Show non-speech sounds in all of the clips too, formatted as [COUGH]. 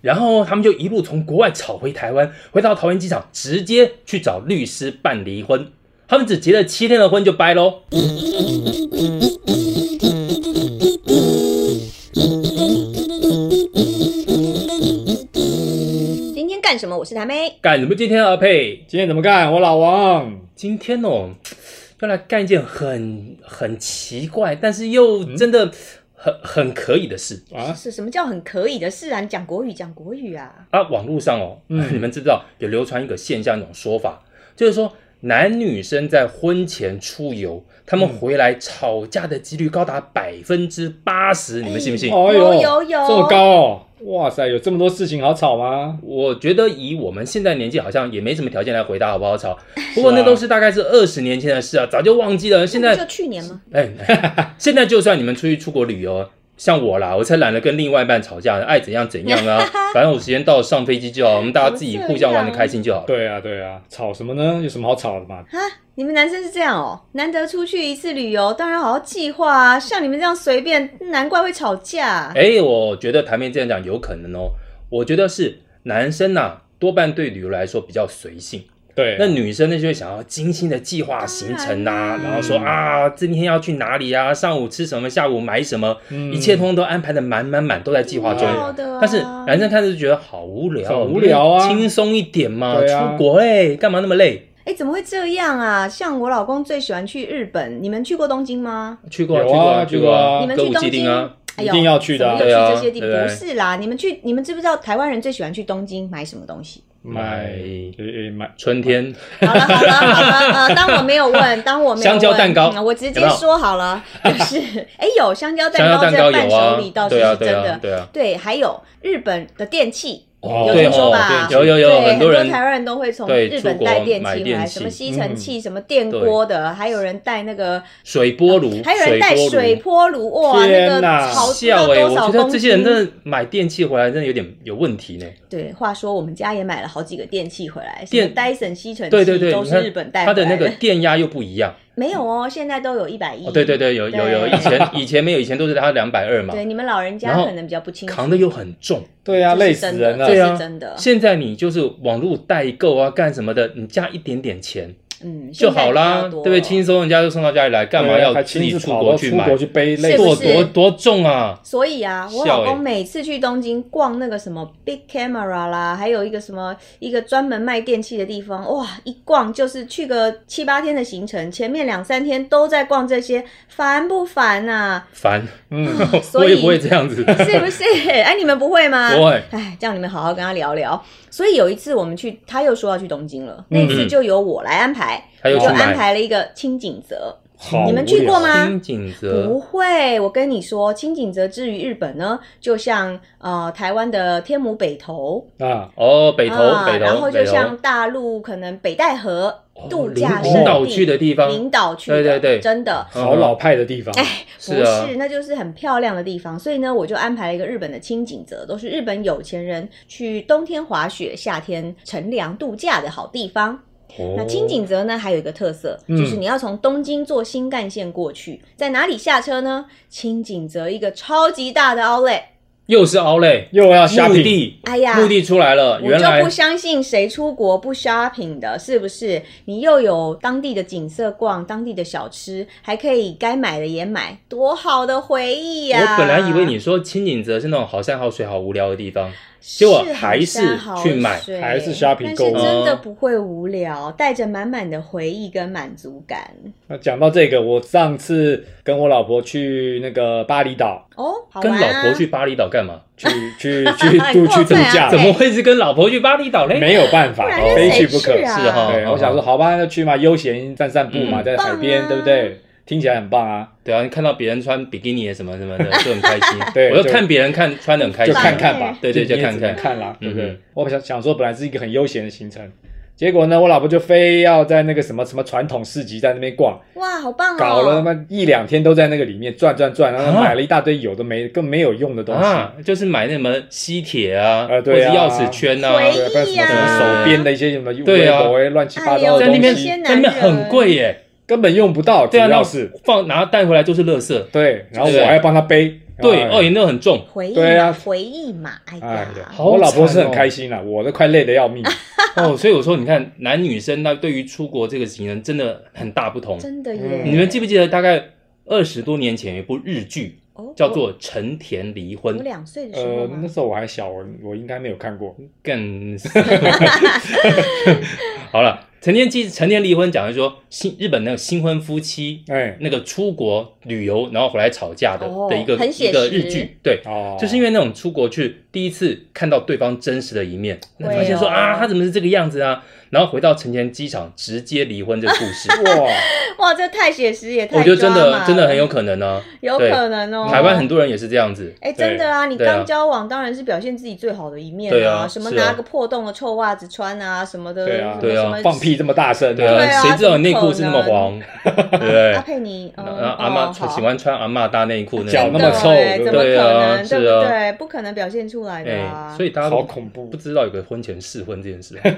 然后他们就一路从国外吵回台湾，回到桃园机场，直接去找律师办离婚。他们只结了七天的婚就掰喽。今天干什么？我是台妹。干什么？今天阿啊佩，今天怎么干？我老王，今天哦，要来干一件很很奇怪，但是又真的嗯很、很可以的事啊是什么叫很可以的事啊？你讲国语，讲国语啊！啊。网络上哦，嗯 [LAUGHS] 你们知不知道有流传一个现象，一种说法，就是说男女生在婚前出游，他们嗯回来吵架的几率高达百分之八十，你们信不信？哎有有有这么高哦！哇塞，有这么多事情好吵吗？我觉得以我们现在年纪，好像也没什么条件来回答好不好吵。不过那都是大概是二十年前的事啊，早就忘记了。现那不在，就去年吗？哎，哎 [LAUGHS] 现在就算你们出去出国旅游，像我啦，我才懒得跟另外一半吵架，爱怎样怎样啊。反正我时间到了上飞机就好，我们大家自己互相玩的开心就好了。对啊，对啊，吵什么呢？有什么好吵的嘛？啊，你们男生是这样哦，难得出去一次旅游，当然好好计划啊。像你们这样随便，难怪会吵架、哎，我觉得台面这样讲有可能哦。我觉得是男生呐、多半对旅游来说比较随性。对，啊那女生呢，就会想要精心的计划行程呐、当然啦然后说嗯啊，今天要去哪里啊，上午吃什么，下午买什么，嗯一切通通都安排的满满满，都在计划中。哇要的啊但是男生看着就觉得好无聊，很无聊啊轻松一点嘛，对啊出国哎、干嘛那么累？哎、怎么会这样啊？像我老公最喜欢去日本，你们去过东京吗？去过、有去过、啊去去过啊你们歌去舞东伎京町啊，哎呦一定要去的啊怎么又去这些地？对啊对啊不是啦，你们去，你们知不知道台湾人最喜欢去东京买什么东西？买诶诶买春天好了好了好了，呃，当我没 [LAUGHS] 有问，当我没有问香蕉蛋糕嗯我直接有没有说 [LAUGHS] 好了，就是哎、有香蕉香蛋蕉糕蛋在糕伴有手啊礼，倒，是对啊是真对的啊。对啊，对，还有日本的电器，哦有对听说哦吧？有有有对很多人台湾人都会从对日出本国带电器买回电来，器嗯什么吸尘器、什么电锅的，还有人带那个，水波炉，哦还有人带水水波炉。波炉，哇，那个天哪炒不知道笑哎、多我少觉公得这些人斤真的买电器回来真的有点有问题呢。对，话说我们家也买了好几个电器回来，什么电 Dyson 吸尘器对对对，都你是看日本带它回的来那个电压又不一样。没有哦，现在都有一百一。哦，对对对，有有有，对以前以前没有，以前都是它两百二嘛，对，你们老人家然后可能比较不清楚，扛的又很重。对啊，这累是死真人的，了。对啊这是真的。现在你就是网络代购啊，干什么的，你加一点点钱嗯，就现在好比啦，较对多不对？了轻松人家就送到家里来，干嘛对啊要还自亲己自出跑国到去出买国？去背累是不多死？是多多重啊！所以啊，我笑老公欸每次去东京逛那个什么 Big Camera 啦，还有一个什么一个专门卖电器的地方，哇，一逛就是去个七八天的行程，前面两三天都在逛这些，烦不烦啊？烦，嗯，所 [LAUGHS] 我以也不会这样 [LAUGHS] 子，是不是？ [LAUGHS] 哎，你们不会吗？不会。哎，这样你们好好跟他聊聊。所以有一次我们去，他又说要去东京了，那一次嗯就由我来安排，他又我就去安买排了一个清景泽。好你们去过无聊？吗？金锦不泽，会，我跟你说，清景泽之于日本呢，就像呃台湾的天母北投，啊，哦，北投啊北然后投就北投像，大陆可能北戴河哦度假领胜领导地去的地方，领导去的，对对对真的。好老派的地方。不是啊那就是很漂亮的地方，所以呢，我就安排了一个日本的清景泽，都是日本有钱人去冬天滑雪、夏天乘凉度假的好地方。哦那清景泽呢，还有一个特色，嗯就是你要从东京坐新干线过去，在哪里下车呢？清景泽一个超级大的 Outlet。又是奥莱，又要啊虾目皮，的哎呀，目的出来了，我原就来不相信谁出国不 shopping 的，是不是？你又有当地的景色逛，当地的小吃，还可以该买的也买，多好的回忆呀、我本来以为你说清景泽是那种好山好水好无聊的地方，结果还是去买是好山好水还是 shopping 但购是物真的不会无聊，带着满满的回忆跟满足感那啊讲到这个，我上次跟我老婆去那个巴厘岛，哦，好玩跟老啊！婆去巴厘岛干嘛？去去 [LAUGHS] 去度去度假对怎，么会是跟老婆去巴厘岛嘞？没有办法啊哎不然，哦跟非谁去不可。啊？是哈对，哦我想说，好吧，那就去嘛，悠闲散散步嘛，嗯在海很棒边，啊对不对？听起来很棒啊。。对啊，你看到别人穿比基尼什么什么的，就很开心 [LAUGHS] 对我就就看别人看穿的很开心，就看看吧，对对你也就看看只能看啦，对不嗯对？我想想说，本来是一个很悠闲的行程，结果呢，我老婆就非要在那个什么什么传统市集在那边逛，哇，好棒哦！搞了他妈一两天都在那个里面转转转，然后啊买了一大堆有的没更没有用的东西，啊，就是买那什么吸铁啊，呃或者对啊钥匙圈啊，回对，不哎然什么呀什么手编的一些什么对围啊脖乱七八糟哎的在呦那东边这些西，男人在那边很贵耶，根本用不到，主对啊，那要我是啊放然后带回来就是垃圾。对，然后对我还要帮他背，对，哎哦，那很重。回忆对嘛，啊回忆嘛，哎呀， [LAUGHS] 哎呀，好我老婆惨是很哦开心啦，啊我都快累得 [LAUGHS] 要命。哦，所以我说，你看男女生那对于出国这个行程真的很大不同。真的耶！嗯你们记不记得大概二十多年前有一部日剧哦叫做《成田离我婚我》？两岁的时候呃，那吗？时候我还小，我我应该没有看过。更 [LAUGHS] 好了，成年期成年离婚讲的是说新日本那个新婚夫妻 [LAUGHS] 哎，那个出国旅游然后回来吵架的、哦的一个很写一个实日剧，对。哦，就是因为那种出国去第一次看到对方真实的一面，会发现说哦啊他怎么是这个样子啊，然后回到成田机场直接离婚这个故事，哇，哇，这太写实也太我觉得真 drama 的真的很了有可能呢、有对可能哦。台湾很多人也是这样子，哎，真的啊，你对啊刚交往当然是表现自己最好的一面对啊什么是啊拿个破洞的臭袜子穿啊，什么的，对什啊么 [LAUGHS] 对啊什么放屁这么大声，对对啊谁知道你内怎裤么是那么可能黄，对不对阿？佩妮，嗯，然后阿妈哦喜欢穿阿嬷大内裤，脚好那么臭真的哎对不怎么可对啊能？对是不啊对？不可能表现出来的啊哎，！所以大家好都恐怖不。知道有个婚前试婚这件事。 [LAUGHS] 我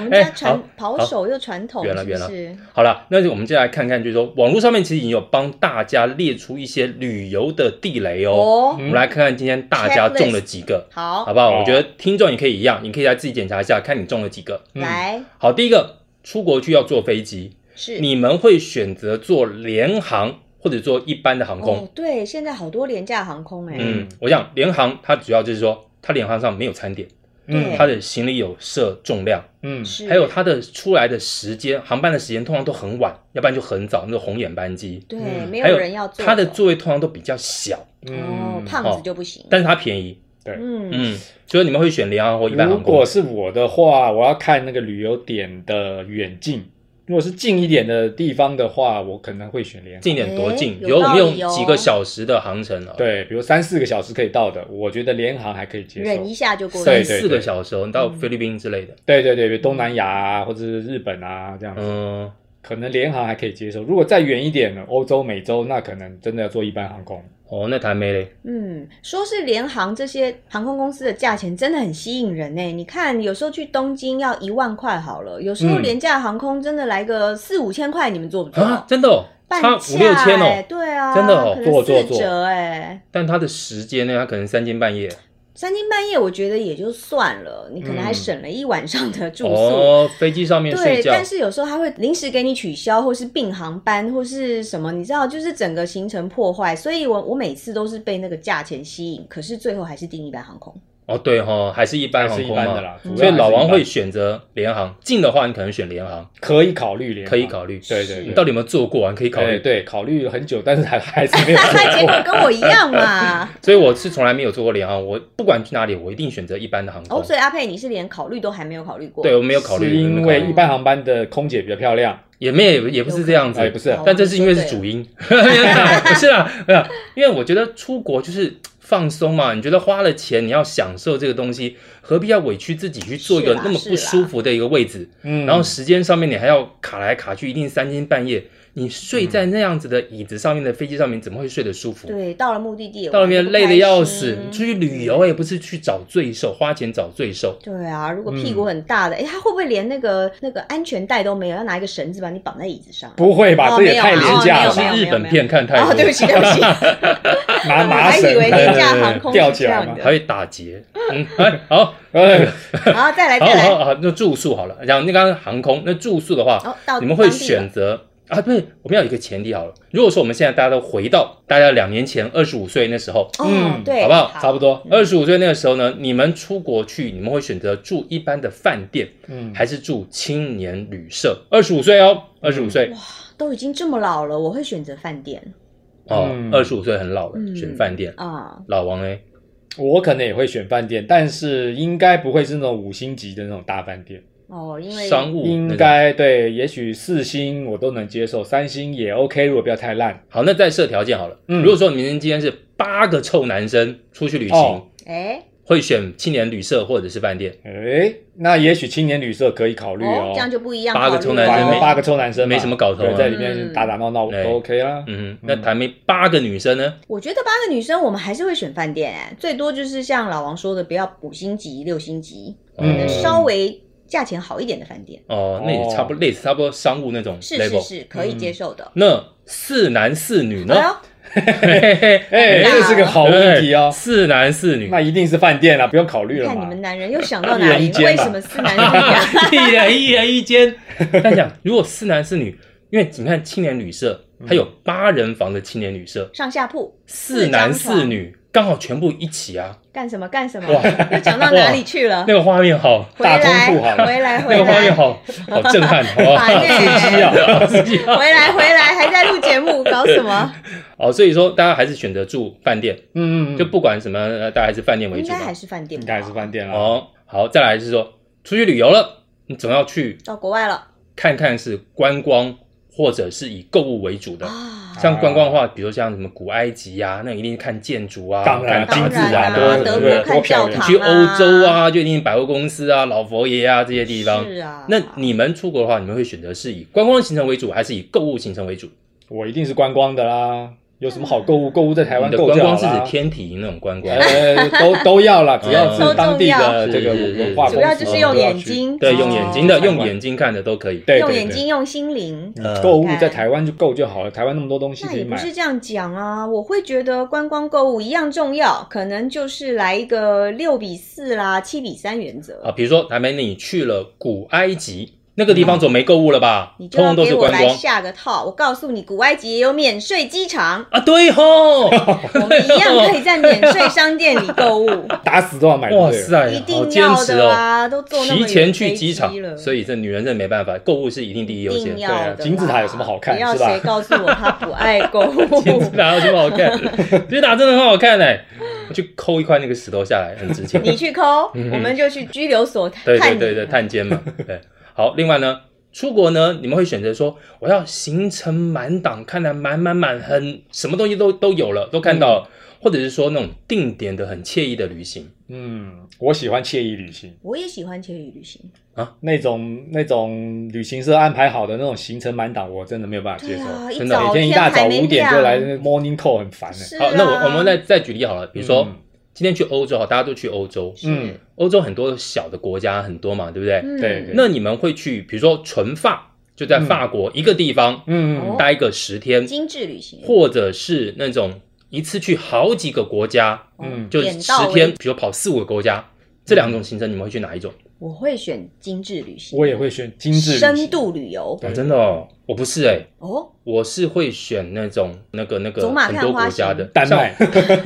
们家传哎好保守又传统，远了是不远了是？好了，那就我们接下来看看，就是说网络上面其实已经有帮大家列出一些旅游的地雷哦。哦嗯我，们来看看今天大家中了几个，好好，不好？哦我觉得听众也可以一样，你可以来自己检查一下，看你中了几个。嗯来好，第一个，出国去要坐飞机，是你们会选择坐联航或者坐一般的航空？哦，对，现在好多廉价航空哎，嗯，我想联航它主要就是说，它联航上没有餐点，对它的行李有设重量，嗯，嗯是还有它的出来的时间，航班的时间通常都很晚，要不然就很早，那个红眼班机。对，嗯没还有有人要坐它的座位通常都比较小，哦嗯，，胖子就不行，但是它便宜。嗯，嗯，所以你们会选联航或一般如航果空？是我的话，我要看那个旅游点的远近。如果是近一点的地方的话，我可能会选联航。近一点多近？哎有我们有道理有几个小时的航程啊了？，对，比如三四个小时可以到的，我觉得联航还可以接受忍。一下就过三去对，四个小时哦，你到菲律宾之类的。对对对，比如东南亚啊，或者是日本啊这样子，嗯，可能联航还可以接受。如果再远一点呢，欧洲、美洲，那可能真的要坐一般航空。哦，那台妹嘞？嗯，说是联航这些航空公司的价钱真的很吸引人呢。欸你看，有时候去东京要一万块好了，有时候嗯廉价航空真的来个四五千块，你们坐不坐？啊，真的哦，半差价五六千哎哦。对啊，真的哦可坐能坐四坐折哎。但它的时间呢，它可能三更半夜。三更半夜，我觉得也就算了，你可能还嗯省了一晚上的住宿。哦，飞机上面睡对，觉但。是有时候他会临时给你取消，或是并航班，或是什么，你知道，就是整个行程破坏。所以我我每次都是被那个价钱吸引，可是最后还是订一班航空。哦，对哈、哦，还是一般还航是空一嘛般的啦主要所以还是老王一般会选择联航，近的话你可能选联航，可以考虑联航，可以考虑。对对你对，到底有没有做过啊？你可以考哎虑。对考虑了很久，但是还还是 [LAUGHS] 没有他结做果过。跟我一样嘛。所以我是从来没有做过联航，我不管去哪里，我一定选择一般的航空。哦，所以阿佩，你是连考虑都还没有考虑过？对，我没有考虑，是因没有为考虑一般航班的空姐比较漂亮，也没有也不是这样子，哎，不是哦啊但这是因为是主因， [LAUGHS] 不是啦，没有，因为我觉得出国就是放松嘛，你觉得花了钱你要享受这个东西，何必要委屈自己去坐一个是啦那么是不啦舒服的一个位置？嗯然后时间上面你还要卡来卡去，一定三更半夜，你睡嗯在那样子的椅子上面的飞机上面，怎么会睡得舒服？对，到了目的地，到那边累得要死，你你出去旅游也不是去找罪受，花钱找罪受。对啊，如果屁股很大的，哎、他会不会连那个那个安全带都没有，要拿一个绳子把你绑在椅子上？不会吧？哦这也没有太啊廉价了是没有吧没？有日本片看太哦，多，对不起，对不 [LAUGHS] 起，拿我麻还绳以为廉价对对对航空吊是起这来样吗？还会打结。嗯，哎，好， [LAUGHS] 哎，然后再来好再好 [LAUGHS] 来，好，那住宿好了，然后那刚刚航空，那住宿的话，哦，到你们会当地了选择啊？不是，我们要有一个前提好了。如果说我们现在大家都回到大家两年前二十五岁那时候，哦，嗯对，好不好差不多，二十五岁那个时候呢，你们出国去，你们会选择住一般的饭店，嗯，还是住青年旅社？二十五岁哦，二十五岁嗯都已经这么老了，我会选择饭店哦嗯，二十五岁很老了，嗯选饭店。啊。老王呢？我可能也会选饭店，但是应该不会是那种五星级的那种大饭店，哦，因为商务那应种该对，也许四星我都能接受，三星也 OK，如果不要太烂。好，那再设条件好了。嗯如果说你们今天是八个臭男生出去旅行，哦哎会选青年旅社或者是饭店，哎，那也许青年旅社可以考虑哦，哦这，样就不一样。八个考虑臭了男生反没正八个臭男生嘛没什么搞头啊对在里面打打闹闹嗯都 OK 啦。嗯，那台妹八个女生呢？我觉得八个女生，我们还是会选饭店、哎最多就是像老王说的，不要五星级、六星级，可嗯能稍微价钱好一点的饭店，哦，那也差不多，类似差不多商务那种是是 level。是可以接受的。那四男四女呢？哎呦，哎，啊这是个好问题哦。四男四女，那一定是饭店啦，不用考虑了看你嘛。们男人又想到哪一人一里？间为吧什么是男啊人呀？一人一哎人一间。但想，如果四男四女，因为你看青年旅社，嗯它有八人房的青年旅社，上下铺四男四女刚好全部一起啊，干什么干什么哇？又讲到哪里去了 [LAUGHS] 那？个画面好，回来大通铺好了回来那回个画面来好好震撼，好不好？啊烦欸刺激 [LAUGHS] 啊，刺激啊！回来回来，还在录节目，搞什么？哦，所以说大家还是选择住饭店，嗯嗯，嗯就不管什么，呃大家还是饭店为应主该还吧。是饭店吧，应该还是饭店啦。哦，好，再来就是说出去旅游了，你总要去到国外了看看是观光或者是以购物为主的。啊！像观光的话，比如像什么古埃及啊，那一定是看建筑啊，当然看大当自然然啊，啊，对德对不国对？看教多堂你啊，去欧洲啊，就一定百货公司啊、老佛爷啊这些地方。是啊，那你们出国的话，你们会选择是以观光行程为主，还是以购物行程为主？我一定是观光的啦，有什么好购物？嗯购物在台你湾的购观就光好是指啦。天体营那种观光，呃，都 [LAUGHS] 都要啦，只要嗯是当地的都重要这个是是文化是主风俗，要就是用眼睛，对，哦用眼睛的，观光用眼睛看的都可以。对用对眼对睛，用心灵。呃购物在台湾就够就好了，台湾那么多东西哎那可也以不买。是这样讲啊，我会觉得观光购物一样重要，可能就是来一个六比四啦、七比三原则。啊，比如说，台妹，你去了古埃及那个地方，总没购物了吧？嗯你就通要通都给是我观来光下个套，我告诉你，古埃及也有免税 [LAUGHS] 机场，啊！对 [LAUGHS] 吼，我们一样可以在免税商店里 [LAUGHS] 购物，打死都要买，哇对了塞一，哎好定坚要持的哦！啊，都坐那么提远前的去飞机机场，了，所以这女人真的没办法，购物是一定第一优一定先。 [LAUGHS] 要的啦。对啊金字塔有什么好看不要是吧谁告诉我他不爱购 [LAUGHS] 金字物，塔有什么好看？金字塔真的很好看哎、我去抠一块那个石头下来，很值钱。你去抠，我们就去拘留所探嗯对探对你。对对，探监嘛。 [LAUGHS] 对，好，另外呢，出国呢，你们会选择说我要行程满档，看得满满满，很什么东西都都有了，都看到嗯了，或者是说那种定点的很惬意的旅行。嗯，我喜欢惬意旅行，我也喜欢惬意旅行，那种那种旅行社安排好的那种行程满档，我真的没有办法接对受。啊，真一的早每天一大还早没五点就来亮 morning call 很烦呢。是好，那啊我我们再再举例好了，比如说、嗯今天去欧洲哈，大家都去欧洲，是嗯欧洲很多小的国家很多嘛，对不对？嗯对对那你们会去，比如说纯法，就在法国一个地方、嗯，哦待个十天，精致旅行，或者是那种一次去好几个国家，嗯就点十到为天，止，嗯比如跑四五个国家，这两种行程你们会去哪一种？我会选精致旅行，我也会选精致旅行深度旅游对哦真的哦，我不是哎、哦，我是会选那种那个那个走马很看多花国家行的丹麦，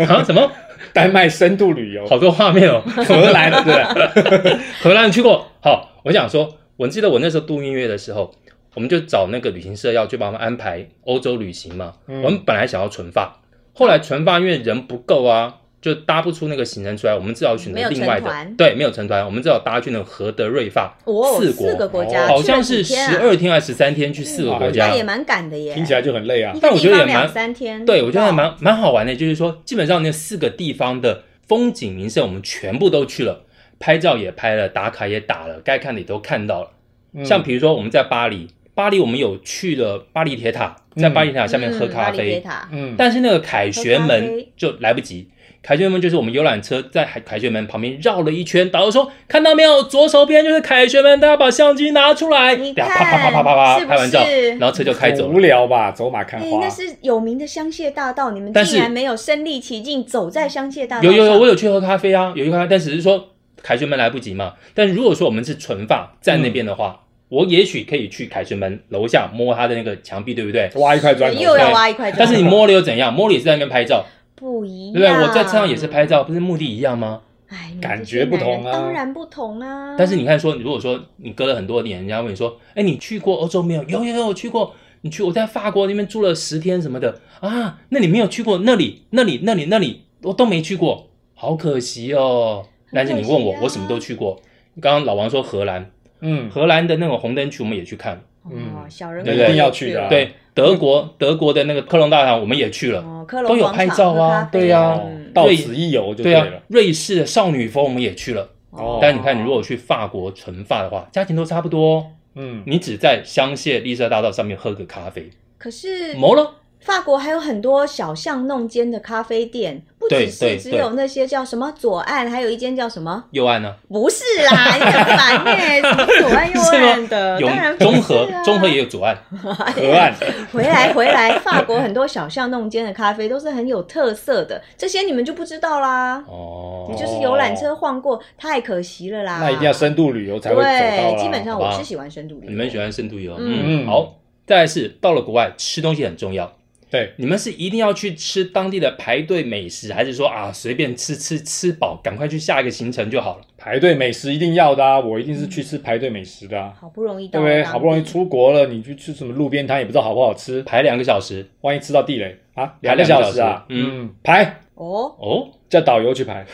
像 [LAUGHS] 啊什么丹麦深度旅游，好多画面哦， [LAUGHS] 荷兰对不对，荷兰去过。好，我想说，我记得我那时候度蜜月的时候，我们就找那个旅行社要去帮忙安排欧洲旅行嘛。嗯我们本来想要纯发，后来纯发因为人不够啊，就搭不出那个行程出来，我们只好选没择有另外成的团。对，没有成团，我们只好搭去那个荷德瑞发我四四个国，国家，好去了像几是天啊十二天还是十三天去四个哇国那家也。蛮赶的耶，听起来就很累啊一。个但我觉得地也方两蛮三天，对，我觉得还哇蛮蛮好玩的，就是说，基本上那四个地方的风景名胜我们全部都去了，拍照也拍了，打卡也打了，该看的也都看到了。嗯像比如说我们在巴黎，巴黎我们有去了巴黎铁塔，在巴黎铁塔下面喝嗯咖巴黎铁啡，塔嗯，但是那个凯旋喝咖门啡就来不及。凯旋门就是我们游览车在凯凯旋门旁边绕了一圈，导游说看到没有，左手边就是凯旋门，大家把相机拿出来，你啪看啪啪啪啪啪是不拍完照是，然后车就开走好了无。聊吧？走马看哎，花那，是有名的香榭大道，你们但竟然是没有身临其境走在香榭大道有有有，上我有去喝咖啡啊，有去喝咖啡，但只是说凯旋门来不及嘛。但如果说我们是纯发在那边的话，我也许可以去凯旋门楼下摸它的那个墙壁，对不对？挖一块砖头，又要对挖一块砖，但是你摸了又怎样？摸了也是在那边拍照，不一对样，不对？我在车上也是拍，照，不是目的一样吗？哎，你感这觉些不男人同啊当然不同啊，但是你看说，如果说你隔了很多年，人家问你说，哎，你去过欧洲没有？有有有，我去过。你去我在法国那边住了十天什么的啊？那你没有去过那里那里那里那里，我都没去过，好可惜哦。但是你问我，很可惜啊我什么都去过。刚刚老王说荷兰，嗯，荷兰的那个红灯区我们也去看，哦，嗯小人对物对也要去去的啊了对，德国德国的那个科隆大堂我们也去了，哦，科隆都有广场拍照啊喝咖啡对啊哦嗯到此一游就对对啊了，，瑞士的少女峰我们也去了。哦但你看，你如果去法国纯法的话，价钱都差不多哦，嗯，你只在香榭丽舍大道上面喝个咖啡，可是没了。法国还有很多小巷弄间的咖啡店，不对只对是只有那些叫什么左岸，还有一间叫什么？右岸呢？不是啦， [LAUGHS] 你很烦耶、什么左岸右 [LAUGHS] 岸的，有呃当然不是中 [LAUGHS] 和，啊中和也有左岸。河岸， [LAUGHS] 回来回来，法国很多小巷弄间的咖啡都是很有特色的，这些你们就不知道啦。哦，你就是游览车晃过，太可惜了啦。那一定要深度旅游才会走到对，啦基本上好吧我是喜欢深度旅游。你们喜欢深度游？嗯嗯，好。再来是到了国外吃东西很重要，对，你们是一定要去吃当地的排队美食，还是说啊随便吃吃吃饱，赶快去下一个行程就好了？排队美食一定要的啊，我一定是去吃排队美食的啊，好不容易对到不了对？当地好不容易出国了，你去吃什么路边摊也不知道好不好吃，排两个小时万一吃到地雷啊，排两个两小个时啊，小时嗯嗯，排哦， [LAUGHS] 哦，叫导游去排，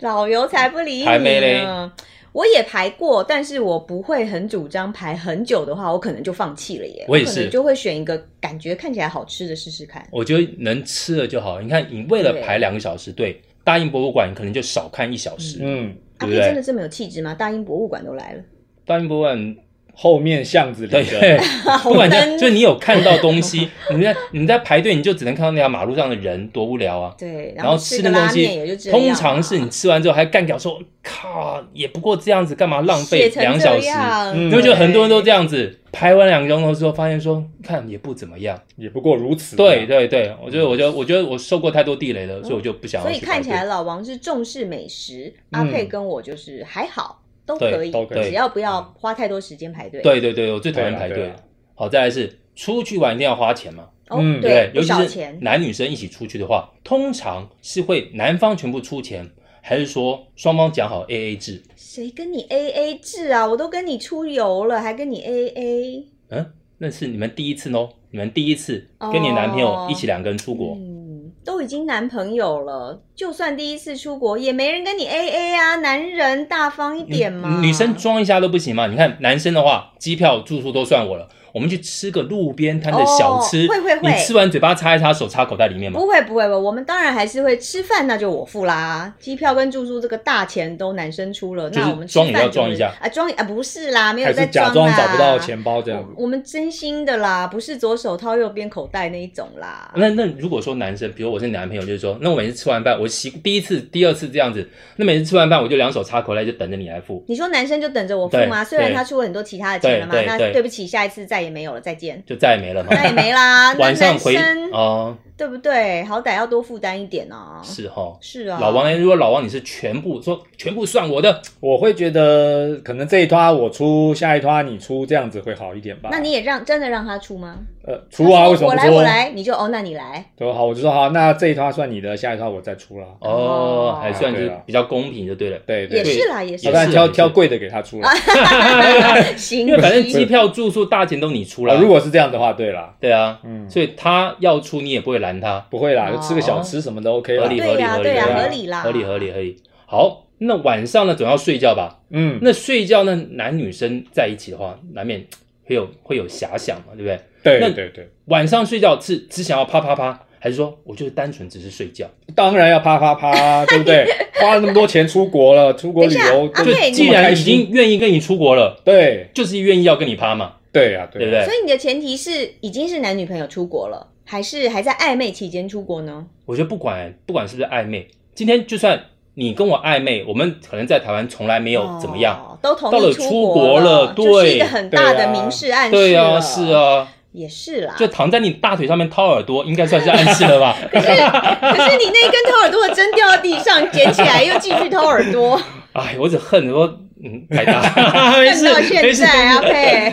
老油才不理还你没嘞呢。我也排过，但是我不会很主张排很久的话，我可能就放弃了耶。我也可能是就会选一个感觉看起来好吃的试试看。啊我觉得能吃了就好。你看，你为了排两个小时队，大英博物馆可能就少看一小时。嗯，阿对不佩对真的这么有气质吗？大英博物馆都来了， [LAUGHS] 大英博物馆后面巷子里对的， [LAUGHS] 不 [LAUGHS] 管灯像就是你有看到东西，你在你在排队，你就只能看到那条马路上的人，多无聊啊！对，后后吃个的东拉面也就西，这样啊。通常是你吃完之后还干掉说，靠，也不过这样子，干嘛浪费写成两这小时？样嗯你会觉得很多人都这样。样子，排完两个钟头之后，发现说看也不怎么样。也不过如此。对，对对，我觉得我嗯觉得我觉得我受过太多地雷了，所以我就不想要哦所去以排队。看起来老王是重视美食，阿佩跟我就是还好，都嗯对可以，都可以只要不要花太多时间排队。对对对，我最讨厌对啊排队对啊了。好，再来是出去玩一定要花钱嘛，哦，嗯对不不对，少尤其是钱。男女生一起出去的话，通常是会男方全部出钱，还是说双方讲好 A A 制？谁跟你 A A 制啊？我都跟你出游了，还跟你 A A。嗯，那是你们第一次哦，你们第一次哦跟你男朋友一起两个人出国，嗯，都已经男朋友了，就算第一次出国，也没人跟你 A A 啊。男人大方一点嘛。嗯女生装一下都不行嘛？你看男生的话，机票、住宿都算我了，我们去吃个路边摊的小吃，哦会会会你吃完嘴巴擦一擦，手插口袋里面嘛。不会不会不会，我们当然还是会吃饭，那就我付啦。机票跟住宿这个大钱都男生出了，就是那我们吃装也饭要装就是一下啊，装啊不是啦，没有还在是装假啦。装找不到钱包这样子。我。我们真心的啦，不是左手掏右边口袋那一种啦。那那如果说男生，比如我是你男朋友，就是说，那我每次吃完饭，我习第一次、第二次这样子，那每次吃完饭我就两手插口袋，就等着你来付，你说男生就等着我付吗？对虽然对他出了很多其他的钱了嘛，对对那对对不起，下一次再也没有了，再见。就再也没了嘛。那也没 [LAUGHS] 啦，那晚上男回生、哦，对不对？好歹要多负担一点啊。是哈。是啊，老王，如果老王你是全部说全部算我的，我会觉得可能这一趴我出，下一趴你出，这样子会好一点吧。那你也让真的让他出吗？呃出他啊？说为什么我不来出？我来，你就哦，那你来。对，好，我就说好，那这一趴算你的，下一趴我再出啦。哦哦，还算对是啊比较公平就对了。对对也对，是啊啦，也是当也然是啦，挑是挑贵的给他出啦。 [LAUGHS] 行，因为反正机票、住宿、大钱都你出啊了，如果是这样的话，对啦，对啊，嗯，所以他要出你也不会拦他，不会啦，哦就吃个小吃什么的 OK 合啦。理合对理呀合理对呀合合理啦合理合理合理。好，那晚上呢总要睡觉吧？嗯，那睡觉呢，男女生在一起的话，难免会有会有遐想嘛，对不对？对那对对，晚上睡觉是只想要啪啪啪，还是说我就是单纯只是睡觉？当然要啪啪啪，对 [LAUGHS] 不对？花了那么多钱出国了，出国旅游，等一下啊对就对既这么然开已心经愿意跟你出国了，对就是愿意要跟你啪嘛，对呀，对不啊对所？以你的前提是已经是男女朋友出国了，还是还在暧昧期间出国呢？我觉得不管不管是不是暧昧，今天就算你跟我暧昧，我们可能在台湾从来没有怎么样，哦都同到意了出出国国了就是一对个很大对的啊明示暗示。对啊，是，啊，也是啦。就躺在你大腿上面掏耳朵，应该算是暗示了 [LAUGHS] 吧？ [LAUGHS] 可是你那根掏耳朵的针掉到地上，捡起来又继续掏耳朵，哎，我只恨说，嗯，太大， [LAUGHS] 没干事到没现事，在阿佩。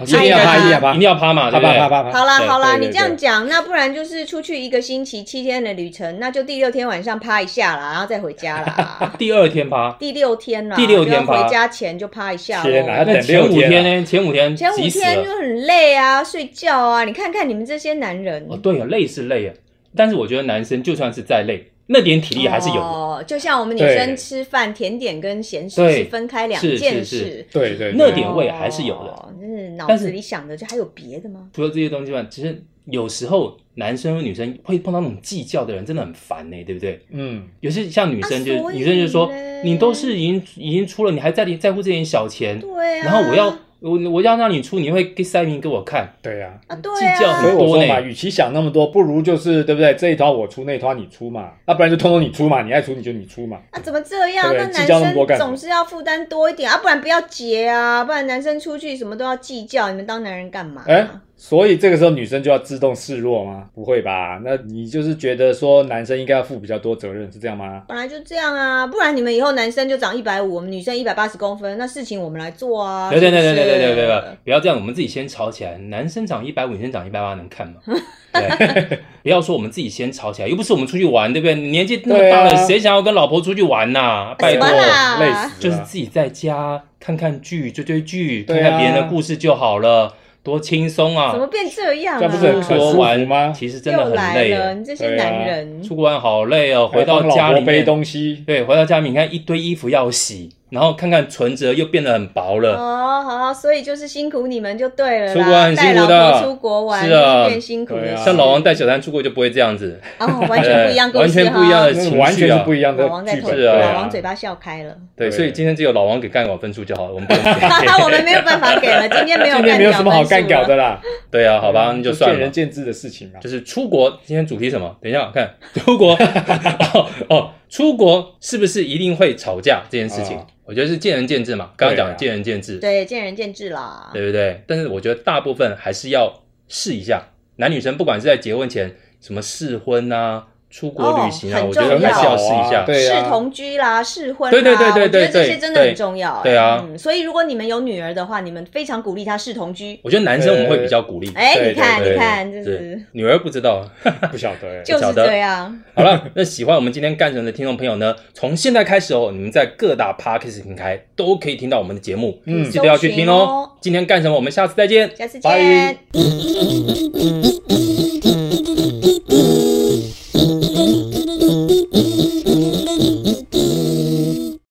一一定要哎啪，呀一定要一啪定，要趴嘛，啪对不啪对？啪啪啪。 [LAUGHS] 好啦对。好啦，对对你这样讲，那不然就是出去一个星期七天的旅程，那就第六天晚上趴一下啦，然后再回家啦 [LAUGHS] 第二天趴，第六天啦，第六天就趴要回家前就趴一下天哪咯。那等前六五天啊天呢？前五天前五急死了天就很累啊，睡觉啊，你看看你们这些男人，哦，对啊，累是累啊，但是我觉得男生就算是再累，那点体力还是有的。哦，就像我们女对生吃饭，甜点跟咸食对是分开两是是是件事，对对，对那点味还是有的哦嗯，脑但子是里想的就还有别的吗？除了这些东西外，其实有时候男生和女生会碰到那种计较的人，真的很烦呢、对不对？嗯，有些像女生就、啊所以女生就说嘞，你都是已经已经出了，你还在在乎这点小钱，对啊。然后我要我我要让你出，你会给塞明给我看，对呀、啊，计对啊，较很所以我多说呢嘛，与其想那么多，不如就是对不对？这一团我出，那一团你出嘛，要、不然就通通你出嘛，你爱出你就你出嘛。啊，怎么这样？对那计男较那么多生干什么总是要负担多一点啊，不然不要结啊，不然男生出去什么都要计较，你们当男人干嘛、哎、所以这个时候女生就要自动示弱吗？不会吧？那你就是觉得说男生应该要负比较多责任，是这样吗？本来就这样啊，不然你们以后男生就长一百五，我们女生一百八十公分，那事情我们来做啊。对对对对对是不对是对对对，不要这样，我们自己先吵起来。男生长一百五，女生长一百八，能看吗？ [LAUGHS] 对， [LAUGHS] 不要说我们自己先吵起来，又不是我们出去玩，对不对？你年纪那么大了，对啊谁想要跟老婆出去玩呐、拜什托么，啦累死了。就是自己在家看看剧、追追剧，啊对啊看看别人的故事就好了，多轻松啊怎！么变这样啊？这样不是很出很国舒服玩吗其实真的又很来累了，耶，你这些男人，出国玩好累哦。回到还帮老家婆里背面，东西，对，回到家里面，你看一堆衣服要洗，然后看看存折又变得很薄了。哦，好，所以就是辛苦你们就对了啦。出国很辛苦的带老婆出国玩是啊就是变辛苦对的啊事，像老王带小三出国就不会这样子，哦，完全不一样故事，完全不一样的哈。情绪啊那完全是不一样的老王在剧偷本。是笑，啊老王嘴巴笑开了。 [LAUGHS] 对，对所以今天只有老王给干稿分数就好了，我们不能给。哈哈，我们没有办法给了，今 [LAUGHS] 天没有今天没有什么好干干搞掉的啦，对啊，好吧，那就嗯就算见了仁。见智的事情啊。就是出国，今天主题什么？等一下我看，出国 [LAUGHS] 哦哦，出国是不是一定会吵架这件事情啊？我觉得是见仁见智嘛，刚刚讲对的啊见仁见智，对，见仁见智啦。对不对？但是我觉得大部分还是要试一下，男女生不管是在结婚前什么试婚啊、出国旅行啊，哦很我觉得重要还是要试一下。对啊试同居啦，试婚啦，对对对对对我觉得这些真的对很重要、哎对啊嗯，所以如果你们有女儿的话，你们非常鼓励她试同居。我觉得男生我们会比较鼓励。哎、对你看，对你看，对这对是，女儿不知道，啊不晓得欸，就晓是得这样。好了，那喜欢我们今天干什么的听众朋友呢？从现在开始哦，你们在各大 podcast 平台都可以听到我们的节目，嗯记得要去听搜寻哦哦。今天干什么？我们下次再见。下次见拜。